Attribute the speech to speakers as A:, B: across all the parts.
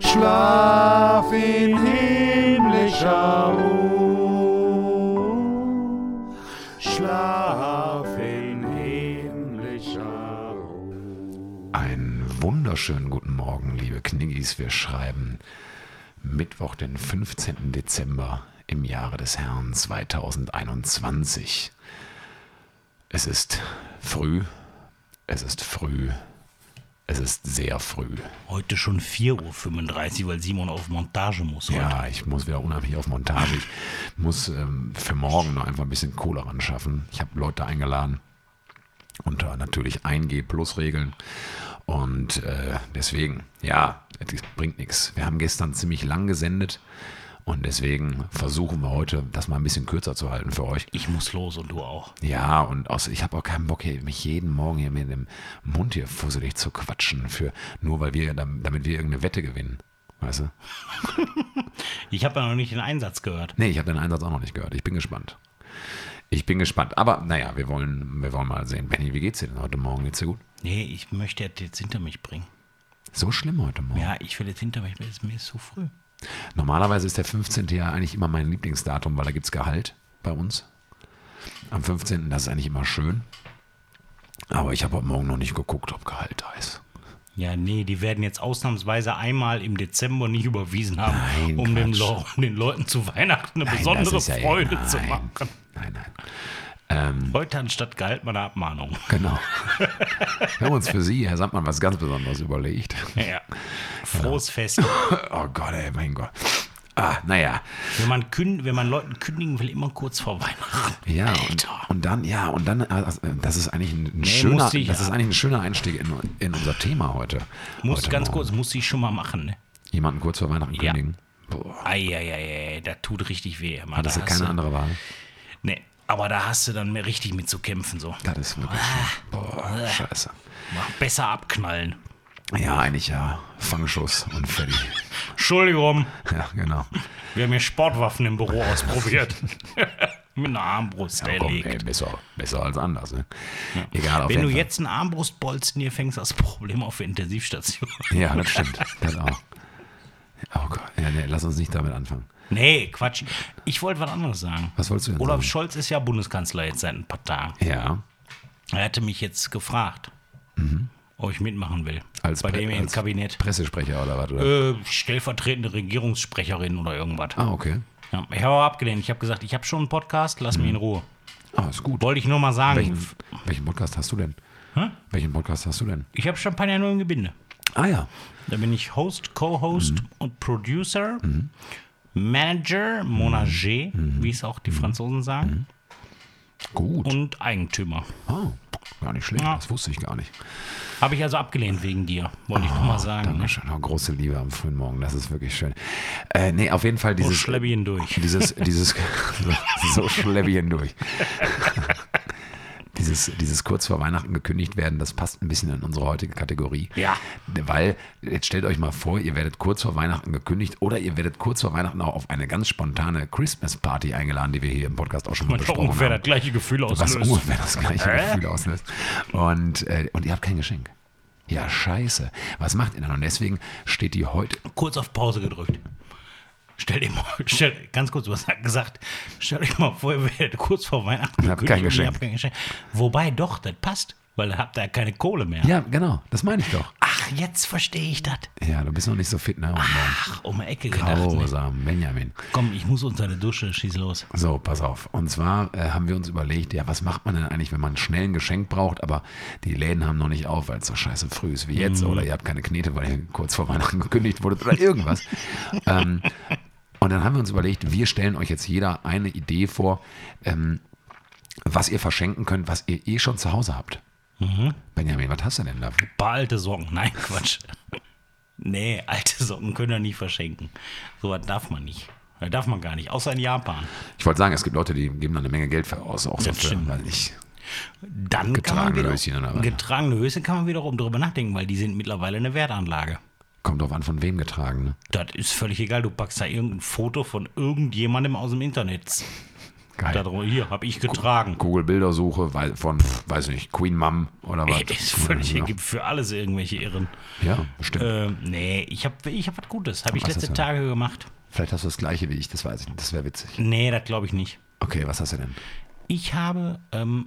A: Schlaf in himmlischer Ruhe. Schlaf in himmlischer Ruhe.
B: Einen wunderschönen guten Morgen, liebe Kniggis. Wir schreiben Mittwoch, den 15. Dezember im Jahre des Herrn 2021. Es ist früh, es ist früh, es ist sehr früh.
C: Heute schon 4.35 Uhr, weil Simon auf Montage muss heute.
B: Ja, ich muss wieder unabhängig auf Montage. Ich muss ähm, für morgen noch einfach ein bisschen Kohle ran schaffen. Ich habe Leute eingeladen unter natürlich 1G-Plus-Regeln. Und äh, deswegen, ja, das bringt nichts. Wir haben gestern ziemlich lang gesendet und deswegen versuchen wir heute, das mal ein bisschen kürzer zu halten für euch.
C: Ich muss los und du auch.
B: Ja, und aus, ich habe auch keinen Bock, hier, mich jeden Morgen hier mit dem Mund hier fusselig zu quatschen, für, nur weil wir, dam- damit wir irgendeine Wette gewinnen. Weißt du?
C: Ich habe ja noch nicht den Einsatz gehört.
B: Nee, ich habe den Einsatz auch noch nicht gehört. Ich bin gespannt. Ich bin gespannt. Aber naja, wir wollen, wir wollen mal sehen. Benny, wie geht's dir denn heute Morgen? Geht's dir gut?
C: Nee, ich möchte das jetzt hinter mich bringen.
B: So schlimm heute Morgen.
C: Ja, ich will jetzt hinter mich bringen. Es ist Mir ist zu früh.
B: Normalerweise ist der 15. ja eigentlich immer mein Lieblingsdatum, weil da gibt es Gehalt bei uns. Am 15. das ist eigentlich immer schön. Aber ich habe heute Morgen noch nicht geguckt, ob Gehalt da ist.
C: Ja, nee, die werden jetzt ausnahmsweise einmal im Dezember nicht überwiesen haben,
B: Nein,
C: um, den
B: Quatsch.
C: Le um den Leuten zu Weihnachten eine
B: Nein,
C: besondere
B: das ist ja eh-
C: Freude zu
B: nein.
C: machen.
B: Nein, nein.
C: Heute anstatt Gehalt mal eine Abmahnung.
B: Genau. Wir haben uns für Sie, Herr Sandmann, was ganz Besonderes überlegt.
C: Ja. Frohes Fest.
B: Oh Gott, ey, mein Gott. Ah, naja.
C: Wenn man, kün wenn man Leuten kündigen will, immer kurz vor Weihnachten.
B: Ja, und,
C: Alter.
B: und dann, ja, und dann, äh, das ist eigentlich ein, ein schöner,
C: musste ich-
B: das ist eigentlich ein schöner Einstieg in, in unser Thema heute.
C: Muss
B: heute
C: ganz
B: Morgen.
C: kurz, muss ich schon mal machen, ne?
B: Jemanden kurz vor Weihnachten
C: Ja.
B: kündigen. Boah,
C: Eieiei, da tut richtig weh. Mann.
B: das ist
C: Da
B: ja
C: hast
B: keine
C: du-
B: andere Wahl.
C: Nee, aber da hast du dann mehr richtig mit zu kämpfen. So.
B: Das ist wirklich schlimm. Boah, scheiße.
C: Mach Besser abknallen.
B: Ja, eigentlich ja. Fangschuss und fertig.
C: Entschuldigung,
B: Ja, genau.
C: wir haben hier Sportwaffen im Büro ausprobiert. mit einer Armbrust
B: Ja, komm, ey,
C: erlegt.
B: besser, besser als anders. Ne? Egal, auf
C: Wenn du
B: jeden
C: jetzt einen Armbrustbolzen hier fängst, hast du Probleme auf der Intensivstation.
B: Fall. Ja, das stimmt. Das auch. Oh Gott, ja, nee, lass uns nicht damit anfangen.
C: nee, Quatsch. Ich wollte was anderes sagen.
B: Was wolltest du denn
C: Olaf
B: sagen?
C: Scholz ist ja Bundeskanzler jetzt seit ein paar Tagen.
B: Ja,
C: Er hatte mich jetzt gefragt, ob ich mitmachen will.
B: Mhm. Als
C: bei
B: Pre-
C: dem hier
B: als
C: im Kabinett.
B: Pressesprecher oder was? Oder?
C: Äh, stellvertretende Regierungssprecherin oder irgendwas.
B: Ah, okay.
C: Ja, ich habe abgelehnt. Ich habe gesagt, ich habe schon einen Podcast, lass mich in Ruhe.
B: Ah, ist gut.
C: Wollte ich nur mal sagen.
B: Welchen, welchen Podcast hast du denn? Welchen Podcast hast du denn?
C: Ich habe Champagner nur im Gebinde.
B: Ah ja.
C: Da bin ich Host,
B: Mhm.
C: Co-Host und Producer, Manager,
B: Mhm.
C: Monager, wie es auch die Franzosen sagen,
B: Gut.
C: und Eigentümer.
B: oh, gar nicht schlecht.
C: Ja.
B: Das wusste ich gar nicht.
C: Habe ich also abgelehnt wegen dir, wollte
B: Ah,
C: ich nur mal sagen. Ne?
B: Dankeschön. Oh, große Liebe am frühen Morgen. Das ist wirklich schön. Äh, nee, auf jeden Fall
C: So
B: dieses.
C: schleppe ich ihn durch.
B: dieses, dieses, so Schleppchen durch. Dieses, dieses kurz vor Weihnachten gekündigt werden, das passt ein bisschen in unsere heutige Kategorie.
C: Ja.
B: Weil, jetzt stellt euch mal vor, ihr werdet kurz vor Weihnachten gekündigt oder ihr werdet kurz vor Weihnachten auch auf eine ganz spontane Christmas-Party eingeladen, die wir hier im Podcast auch schon mal
C: Man hat
B: besprochen
C: ungefähr
B: haben.
C: das gleiche Gefühl
B: Was
C: auslöst.
B: ungefähr das gleiche
C: Hä?
B: Gefühl auslöst. Und, äh, und ihr habt kein Geschenk. Ja, scheiße. Was macht ihr dann? Und deswegen steht die heute
C: Kurz auf Pause gedrückt. Stell dir mal, stell, ganz kurz, du hast gesagt, stell dir mal vor, ihr werdet kurz vor Weihnachten.
B: Ich hab kein
C: gekündigt und ihr
B: Geschenk.
C: habt kein Geschenk. Wobei doch, das passt, weil ihr habt da keine Kohle mehr.
B: Ja, genau. Das meine ich doch.
C: Ach, jetzt verstehe ich das.
B: Ja, du bist noch nicht so fit, ne? Und, äh,
C: Ach, um die Ecke gedacht. ne?
B: Grausam, Benjamin.
C: Komm, ich muss unter der Dusche, schieß los.
B: So, pass auf. Und zwar äh, haben wir uns überlegt, ja, was macht man denn eigentlich, wenn man schnell ein Geschenk braucht, aber die Läden haben noch nicht auf, weil es so scheiße früh ist wie jetzt oder ihr habt keine Knete, weil ihr kurz vor Weihnachten gekündigt wurdet oder irgendwas. ähm, und dann haben wir uns überlegt, wir stellen euch jetzt jeder eine Idee vor, ähm, was ihr verschenken könnt, was ihr eh schon zu Hause habt. Benjamin, was hast du denn da?
C: Paar alte Socken. Nein, Quatsch. Nee, alte Socken können wir nicht verschenken. So was darf man nicht. Das darf man gar nicht, außer in Japan.
B: Ich wollte sagen, es gibt Leute, die geben da eine Menge Geld für aus, auch so
C: Das
B: für,
C: stimmt.
B: weil ich,
C: Dann
B: Getragene
C: kann man
B: Höschen oder was?
C: getragene Höschen kann man wiederum drüber nachdenken, weil die sind mittlerweile eine Wertanlage.
B: kommt drauf an, von wem getragen. Ne?
C: Das ist völlig egal. Du packst da irgendein Foto von irgendjemandem aus dem Internet. Da
B: Geil.
C: drum, hier, habe ich getragen.
B: Google-Bildersuche wei- von, pff, weiß nicht, Queen Mum oder was.
C: Ey, ist völlig,
B: ja.
C: gibt für alles irgendwelche Irren.
B: ja, bestimmt.
C: Ähm, nee, ich habe ich hab was Gutes. Habe ich
B: Was
C: letzte
B: hast du?
C: Tage gemacht.
B: Vielleicht hast du das gleiche wie ich, das weiß ich nicht. Das wäre witzig.
C: Nee, das glaube ich nicht.
B: Okay, was hast du denn?
C: Ich habe, ähm,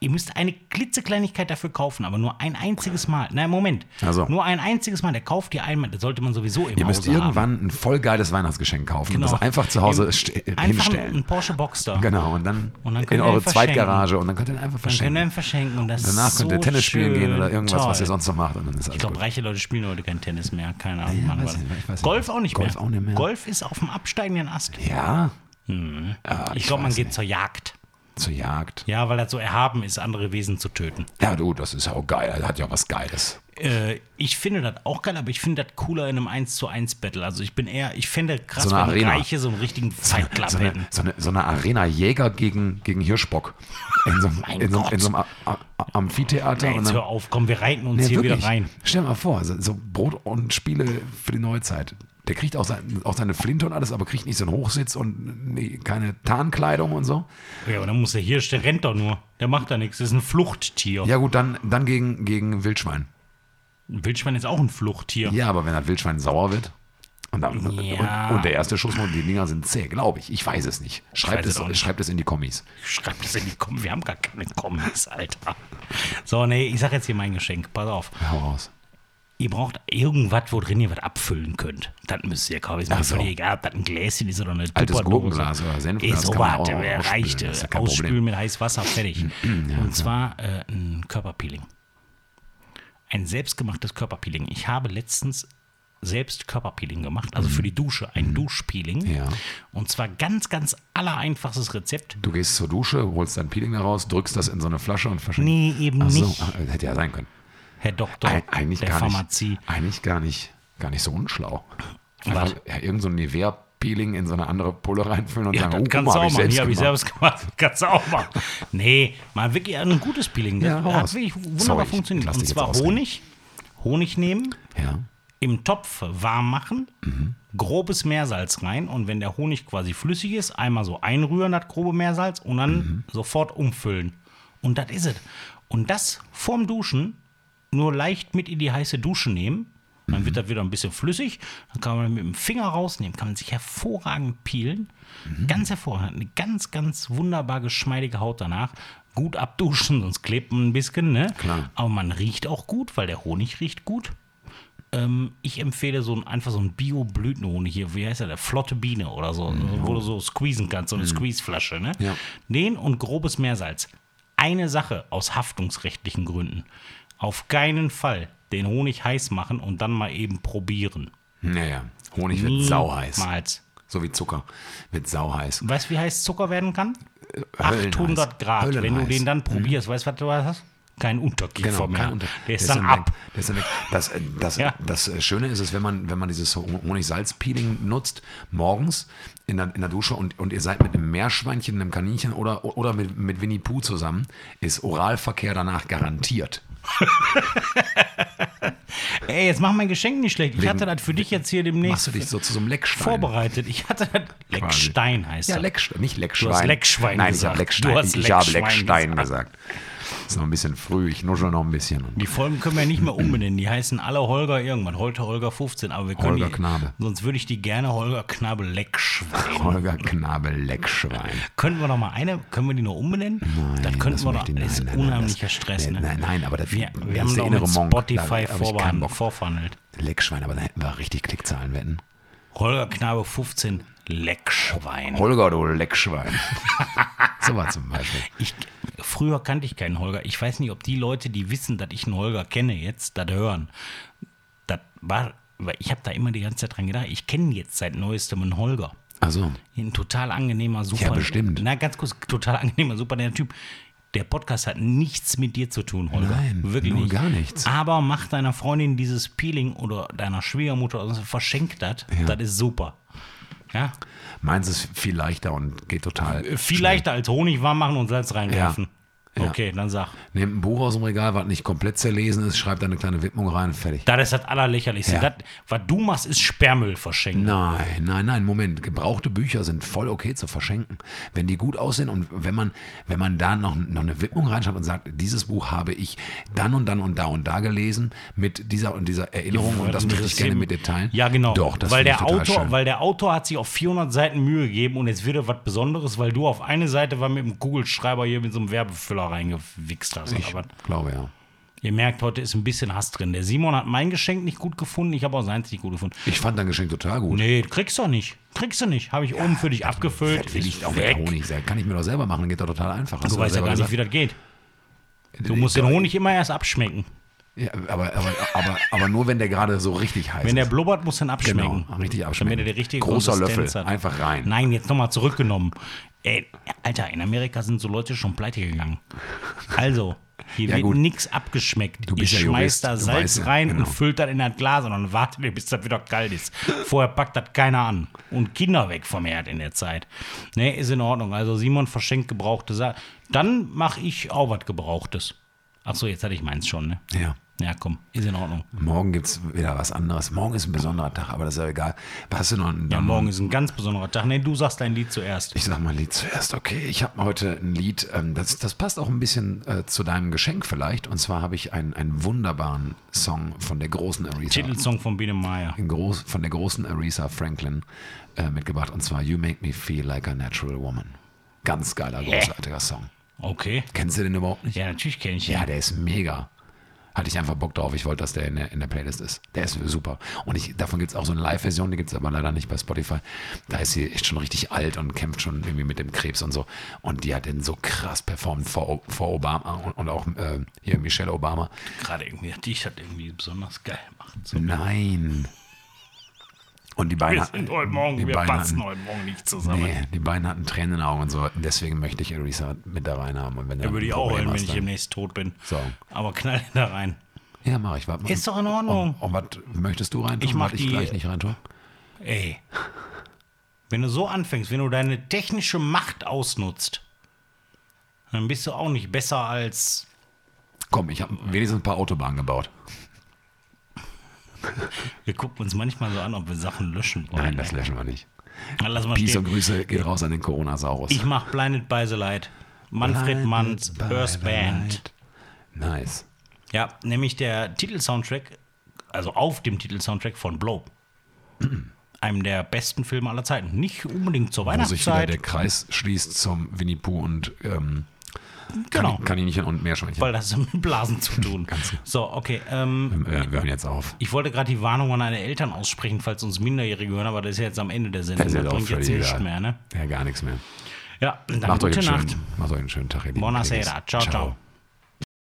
C: ihr müsst eine klitzekleinigkeit dafür kaufen, aber nur ein einziges Mal. Nein, Moment.
B: Also.
C: Nur ein einziges Mal. Der kauft ihr einmal. Das sollte man sowieso im
B: Ihr müsst
C: Hause haben.
B: irgendwann ein voll geiles Weihnachtsgeschenk kaufen
C: Genau.
B: und das einfach zu Hause
C: Im-
B: ste-
C: Einfach
B: hinstellen.
C: ein Porsche Boxster.
B: Genau, und dann,
C: Und dann könnt
B: in
C: ihr
B: eure
C: ihn verschenken.
B: Zweitgarage und dann könnt ihr ihn einfach
C: Dann könnt ihr ihn
B: verschenken.
C: verschenken und das
B: Danach
C: ist so
B: könnt ihr Tennis
C: schön.
B: spielen gehen oder irgendwas, was ihr
C: Toll.
B: sonst noch macht. Und dann ist alles
C: Ich glaube,
B: gut.
C: reiche Leute spielen heute kein Tennis mehr. Keine Ahnung.
B: Ja,
C: Mann,
B: weiß
C: was.
B: ich nicht, ich weiß nicht.
C: Golf auch nicht
B: Golf
C: mehr.
B: auch nicht mehr.
C: Golf ist auf dem absteigenden Ast.
B: Ja,
C: Ah, ich glaube, man
B: weiß
C: geht
B: nicht.
C: zur Jagd.
B: zur Jagd.
C: Ja, weil das so erhaben ist, andere Wesen zu töten.
B: Ja, du, das ist ja auch geil. Das hat ja was Geiles.
C: Äh, ich finde das auch geil, aber ich finde das cooler in einem 1 zu 1 Battle. Also ich bin eher, ich fände das krass,
B: So eine
C: wenn
B: Arena.
C: Reiche so einen richtigen Fight Club
B: So eine,
C: hätten.
B: so eine, so eine Arena Jäger gegen, gegen Hirschbock. In so, einem-
C: Mein
B: in so, einem- in
C: Gott.
B: so einem A- A- Amphitheater. und
C: Jetzt
B: dann,
C: hör auf, komm, wir reiten uns
B: Nee,
C: hier
B: wirklich.
C: wieder rein.
B: Stell dir mal vor, so, so Brot und Spiele für die Neuzeit. Der kriegt auch, sein, auch seine Flinte und alles, aber kriegt nicht so einen Hochsitz und nee, keine Tarnkleidung und so.
C: Ja, aber dann muss der Hirsch, der rennt doch nur. Der macht da nichts, das ist ein Fluchttier.
B: Ja, gut, dann, dann gegen, gegen Wildschwein.
C: Ein Wildschwein ist auch ein Fluchttier.
B: Ja, aber wenn das Wildschwein sauer wird. Und, dann,
C: Ja.
B: und, und der erste Schuss, die Dinger sind zäh, glaube ich. Ich weiß es nicht. Schreibt
C: weiß es
B: es,
C: auch nicht.
B: schreibt es in die Kommis.
C: Schreib das in die Kommis, wir haben gar keine Kommis, Alter. So, nee, ich sag jetzt hier mein Geschenk, pass auf.
B: Hau raus.
C: Ihr braucht irgendwas, wo drin ihr was abfüllen könnt. Dann müsst ihr kaufen. Ist mir
B: Ach so.
C: völlig egal, ob das ein Gläschen ist oder eine
B: Altes
C: Tupperdose.
B: Gurkenglas oder Senfglas
C: Ist
B: kann man
C: sowas,
B: auch
C: der
B: ausspülen,
C: reicht.
B: das ist ja
C: äh,
B: kein Problem.
C: Ausspülen mit heißem Wasser, fertig. Und zwar äh, ein Körperpeeling. Ein selbstgemachtes Körperpeeling. Ich habe letztens selbst Körperpeeling gemacht, also für die Dusche, ein Duschpeeling.
B: Mhm. Ja.
C: Und zwar ganz, ganz allereinfachstes Rezept.
B: Du gehst zur Dusche, holst dein Peeling da raus, drückst das in so eine Flasche und verschenkst.
C: Nee, eben
B: Ach so,
C: nicht.
B: ach, hätte ja sein können.
C: Herr Doktor
B: Eig- eigentlich
C: der
B: gar
C: Pharmazie.
B: nicht. Eigentlich gar nicht, gar nicht so unschlau.
C: Was?
B: Einfach, ja, irgend so ein Nivea-Peeling in so eine andere Pulle reinfüllen und
C: Ja,
B: sagen,
C: das
B: oh, guck
C: kannst
B: mal,
C: du auch
B: hab ich
C: machen.
B: selbst
C: Hier habe
B: gemacht.
C: ich selbst gemacht. Kannst du auch machen. Nee, mal wirklich ein gutes Peeling. Das
B: Ja, hau
C: hat
B: raus.
C: wirklich
B: Sorry,
C: wunderbar
B: ich
C: funktioniert.
B: lass
C: Und
B: dich jetzt
C: zwar
B: ausreden.
C: Honig. Honig nehmen,
B: Ja.
C: im Topf warm machen, grobes Meersalz rein und wenn der Honig quasi flüssig ist, einmal so einrühren, das grobe Meersalz und dann sofort umfüllen. Und das ist es. Und das vorm Duschen nur leicht mit in die heiße Dusche nehmen. Dann wird das wieder ein bisschen flüssig. Dann kann man mit dem Finger rausnehmen, kann man sich hervorragend peelen. Ganz hervorragend. Eine ganz, ganz wunderbar geschmeidige Haut danach. Gut abduschen, sonst klebt man ein bisschen, ne?
B: Klar.
C: Aber man riecht auch gut, weil der Honig riecht gut. Ähm, ich empfehle so ein, einfach so ein Bio-Blütenhonig hier, wie heißt der, der flotte Biene oder so, wo du so squeezen kannst, so eine Squeeze-Flasche, ne?
B: Mhm. Ja.
C: Den und grobes Meersalz. Eine Sache aus haftungsrechtlichen Gründen. Auf keinen Fall den Honig heiß machen und dann mal eben probieren.
B: Naja, Honig wird sauheiß.
C: Niemals.
B: So wie Zucker wird sauheiß.
C: Weißt du, wie heiß Zucker werden kann?
B: Höllenheiß.
C: 800 Grad. Wenn du
B: Höllenheiß. Mhm.
C: den dann probierst, weißt du, was du hast? Kein Unterkiefer
B: Genau,
C: mehr.
B: kein Unter
C: Der ist
B: der
C: dann
B: weg.
C: ab.
B: Der ist dann weg. Das, äh, das,
C: Ja.
B: das äh, Schöne ist, ist, wenn man, wenn man dieses Ho- Honig-Salz-Peeling nutzt, morgens in der, in der Dusche und, und ihr seid mit einem Meerschweinchen, einem Kaninchen oder, oder mit, mit Winnie Pooh zusammen, ist Oralverkehr danach garantiert.
C: Ey, jetzt mach mein Geschenk nicht schlecht. Ich
B: Wegen-
C: hatte das für dich jetzt hier
B: Machst
C: demnächst
B: du dich so zu so einem Leckstein.
C: vorbereitet. Ich hatte das. Leckstein heißt
B: Ja,
C: das.
B: Leckstein, nicht Leckschwein.
C: hast Leckschwein
B: Nein, ich
C: gesagt.
B: habe Leckstein.
C: Du hast
B: ich habe
C: Leckschwein
B: Leckstein gesagt. Ist noch ein bisschen früh, ich nuschel noch ein bisschen.
C: Die Folgen können wir nicht mehr umbenennen. Die heißen alle Holger irgendwann. Heute Holger 15, aber wir können
B: Holger
C: die,
B: Knabe.
C: Sonst würde ich die gerne Holger Knabe Leckschwein.
B: Holger Knabe Leckschwein.
C: Könnten wir noch mal eine, können wir die noch umbenennen? Nein, das könnten wir noch,
B: möchte ich- nein,
C: ist
B: nein, nein,
C: unheimlicher
B: das-
C: Stress,
B: nee,
C: ne?
B: Nein, nein, aber das,
C: wir
B: das
C: wir
B: ist
C: haben
B: der
C: doch mit
B: Monk.
C: Spotify
B: Da hab ich keinen
C: vorbehandelt,
B: Bock.
C: vorverhandelt.
B: Leckschwein, aber da hätten wir richtig Klickzahlen wetten.
C: Holger Knabe 15, Leckschwein.
B: Holger, du Leckschwein. so war zum Beispiel.
C: Ich, früher kannte ich keinen Holger. Ich weiß nicht, ob die Leute, die wissen, dass ich einen Holger kenne, jetzt das hören. Das war, weil ich habe da immer die ganze Zeit dran gedacht. Ich kenne jetzt seit neuestem einen Holger.
B: Also,
C: Ein total angenehmer, super.
B: bestimmt.
C: Na, ganz kurz, total angenehmer, super der Typ. Der Podcast hat nichts mit dir zu tun, Holger.
B: Nein,
C: wirklich
B: null,
C: nicht.
B: gar nichts.
C: Aber mach deiner Freundin dieses Peeling oder deiner Schwiegermutter oder so, verschenk das. Das ist super. Ja,
B: Meins ist viel leichter und geht total.
C: viel leichter als Honig warm machen und Salz reinwerfen.
B: Äh, Ja.
C: Okay, dann sag.
B: Nehmt ein Buch aus dem Regal, was nicht komplett zerlesen ist, schreibt da eine kleine Widmung rein und fertig.
C: Das ist das Allerlächerlichste.
B: Ja.
C: Das, was du machst, ist Sperrmüll verschenken.
B: Nein, nein, nein, Moment. Gebrauchte Bücher sind voll okay zu verschenken. Wenn die gut aussehen und wenn man, wenn man da noch, noch eine Widmung reinschreibt und sagt, dieses Buch habe ich dann und dann und da und da gelesen mit dieser und dieser Erinnerung und das möchte ich gerne mit dir teilen.
C: Ja, genau.
B: Doch, das
C: weil
B: finde ich
C: der
B: total
C: Autor,
B: schön.
C: weil der Autor hat sich auf 400 Seiten Mühe gegeben und jetzt wird er was Besonderes, weil du auf eine Seite war mit dem Kugelschreiber hier mit so einem Werbefüller reingewichst hast.
B: ich
C: Aber
B: glaube ja.
C: ihr merkt, heute ist ein bisschen Hass drin. Der Simon hat mein Geschenk nicht gut gefunden, ich habe auch seins nicht gut gefunden.
B: Ich fand dein Geschenk total gut.
C: Nee, kriegst du nicht. Kriegst du nicht. Habe ich oben für dich abgefüllt.
B: Will
C: Ist
B: ich auch
C: weg.
B: mit Honig Also, sein. Kann ich mir doch selber machen, geht doch total einfach. Hast
C: Du weißt ja
B: doch
C: gar
B: selber
C: nicht, wie das geht.
B: gesagt.
C: Du musst den Honig immer erst abschmecken.
B: Ja, aber, aber, aber, aber nur, wenn der gerade so richtig heiß
C: Wenn der
B: ist.
C: blubbert, muss dann abschmecken.
B: Genau, richtig abschmecken.
C: Damit er die richtige
B: Großer
C: Konsistenz
B: Löffel,
C: hat.
B: einfach rein.
C: Nein, jetzt nochmal zurückgenommen. Ey, Alter, in Amerika sind so Leute schon pleite gegangen. Also, hier
B: Ja, gut.
C: wird nichts abgeschmeckt.
B: Du bist
C: Ihr
B: ja
C: schmeißt
B: Jurist,
C: da
B: du
C: Salz
B: weißt ja,
C: rein
B: genau.
C: und füllt das in ein Glas und dann wartet ihr, bis das wieder kalt ist. Vorher packt das keiner an. Und Kinder weg vermehrt in der Zeit. Nee, ist in Ordnung. Also Simon verschenkt gebrauchte Sachen. Dann mache ich auch was Gebrauchtes. Achso, jetzt hatte ich meins schon, ne?
B: Ja.
C: Ja, komm, ist in Ordnung.
B: Morgen gibt es wieder was anderes. Morgen ist ein besonderer Tag, aber das ist ja egal. Hast du noch einen,
C: Ja, morgen ist ein ganz besonderer Tag. Nee, du sagst dein Lied zuerst.
B: Ich sag mal ein Lied zuerst. Okay, ich habe heute ein Lied, ähm, das, das passt auch ein bisschen äh, zu deinem Geschenk vielleicht. Und zwar habe ich einen, einen wunderbaren Song von der großen Aretha.
C: Titelsong von Biene Meier.
B: in Groß, von der großen Aretha Franklin äh, mitgebracht. Und zwar You Make Me Feel Like a Natural Woman. Ganz geiler, großartiger Song.
C: Okay.
B: Kennst du den überhaupt nicht?
C: Ja, natürlich kenne ich ihn.
B: Ja, der ist mega. Hatte ich einfach Bock drauf. Ich wollte, dass der in der, in der Playlist ist. Der ist super. Und ich, davon gibt es auch so eine Live-Version, die gibt es aber leider nicht bei Spotify. Da ist sie echt schon richtig alt und kämpft schon irgendwie mit dem Krebs und so. Und die hat den so krass performt vor, vor Obama und, und auch äh, hier Michelle Obama.
C: Gerade irgendwie hat dich hat irgendwie besonders geil gemacht. So.
B: Nein. Und die beiden
C: Wir
B: hatten-
C: sind heute Morgen,
B: die
C: wir
B: beiden
C: passen
B: hatten-
C: heute Morgen nicht zusammen.
B: Nee, die beiden hatten Tränen in den Augen und so. Und Deswegen möchte ich Elisa mit da rein haben. Und wenn
C: Da würde ich auch heulen, wenn ich
B: dann,
C: demnächst tot bin.
B: So.
C: Aber knall ihn da rein.
B: Ja, mach ich. Warte mal.
C: Ist doch in Ordnung.
B: Und, und was möchtest du rein tun?
C: Ich mach
B: was
C: die-
B: ich gleich nicht rein tue?
C: Oh, Ey. Wenn du so anfängst, wenn du deine technische Macht ausnutzt, dann bist du auch nicht besser als.
B: Komm, ich habe wenigstens ein paar Autobahnen gebaut. Oh
C: Wir gucken uns manchmal so an, ob wir Sachen löschen wollen.
B: Nein, das löschen wir nicht.
C: Na, lass mal
B: Peace und
C: stehen.
B: Grüße geht raus an den Coronasaurus.
C: Ich mach Blinded by the Light. Manfred Manns
B: Blinded by
C: Earth
B: the
C: Band.
B: Light. Nice.
C: Ja, nämlich der Titelsoundtrack, also auf dem Titelsoundtrack von Blow. Einem der besten Filme aller Zeiten. Nicht unbedingt zur
B: Wo sich wieder der
C: Weihnachtszeit,
B: Kreis schließt zum Winnie Pooh und ähm,
C: Genau.
B: kann, kann ich nicht und Meerschweinchen.
C: weil das hat mit Blasen zu tun.
B: genau.
C: so, okay. Ähm,
B: äh, Wir, wir hören jetzt auf.
C: ich wollte gerade die Warnung an alle Eltern aussprechen, falls uns Minderjährige hören, aber das ist ja jetzt am Ende der Sendung.
B: Das ist ja auch
C: bringt jetzt
B: völlig
C: nichts
B: egal.
C: mehr, ne?
B: Ja, gar nichts mehr.
C: Ja, dann
B: Macht euch,
C: gute
B: einen
C: Nacht.
B: schönen, macht euch einen schönen Tag. ihr Lieben.
C: Buonasera. Ciao, ciao.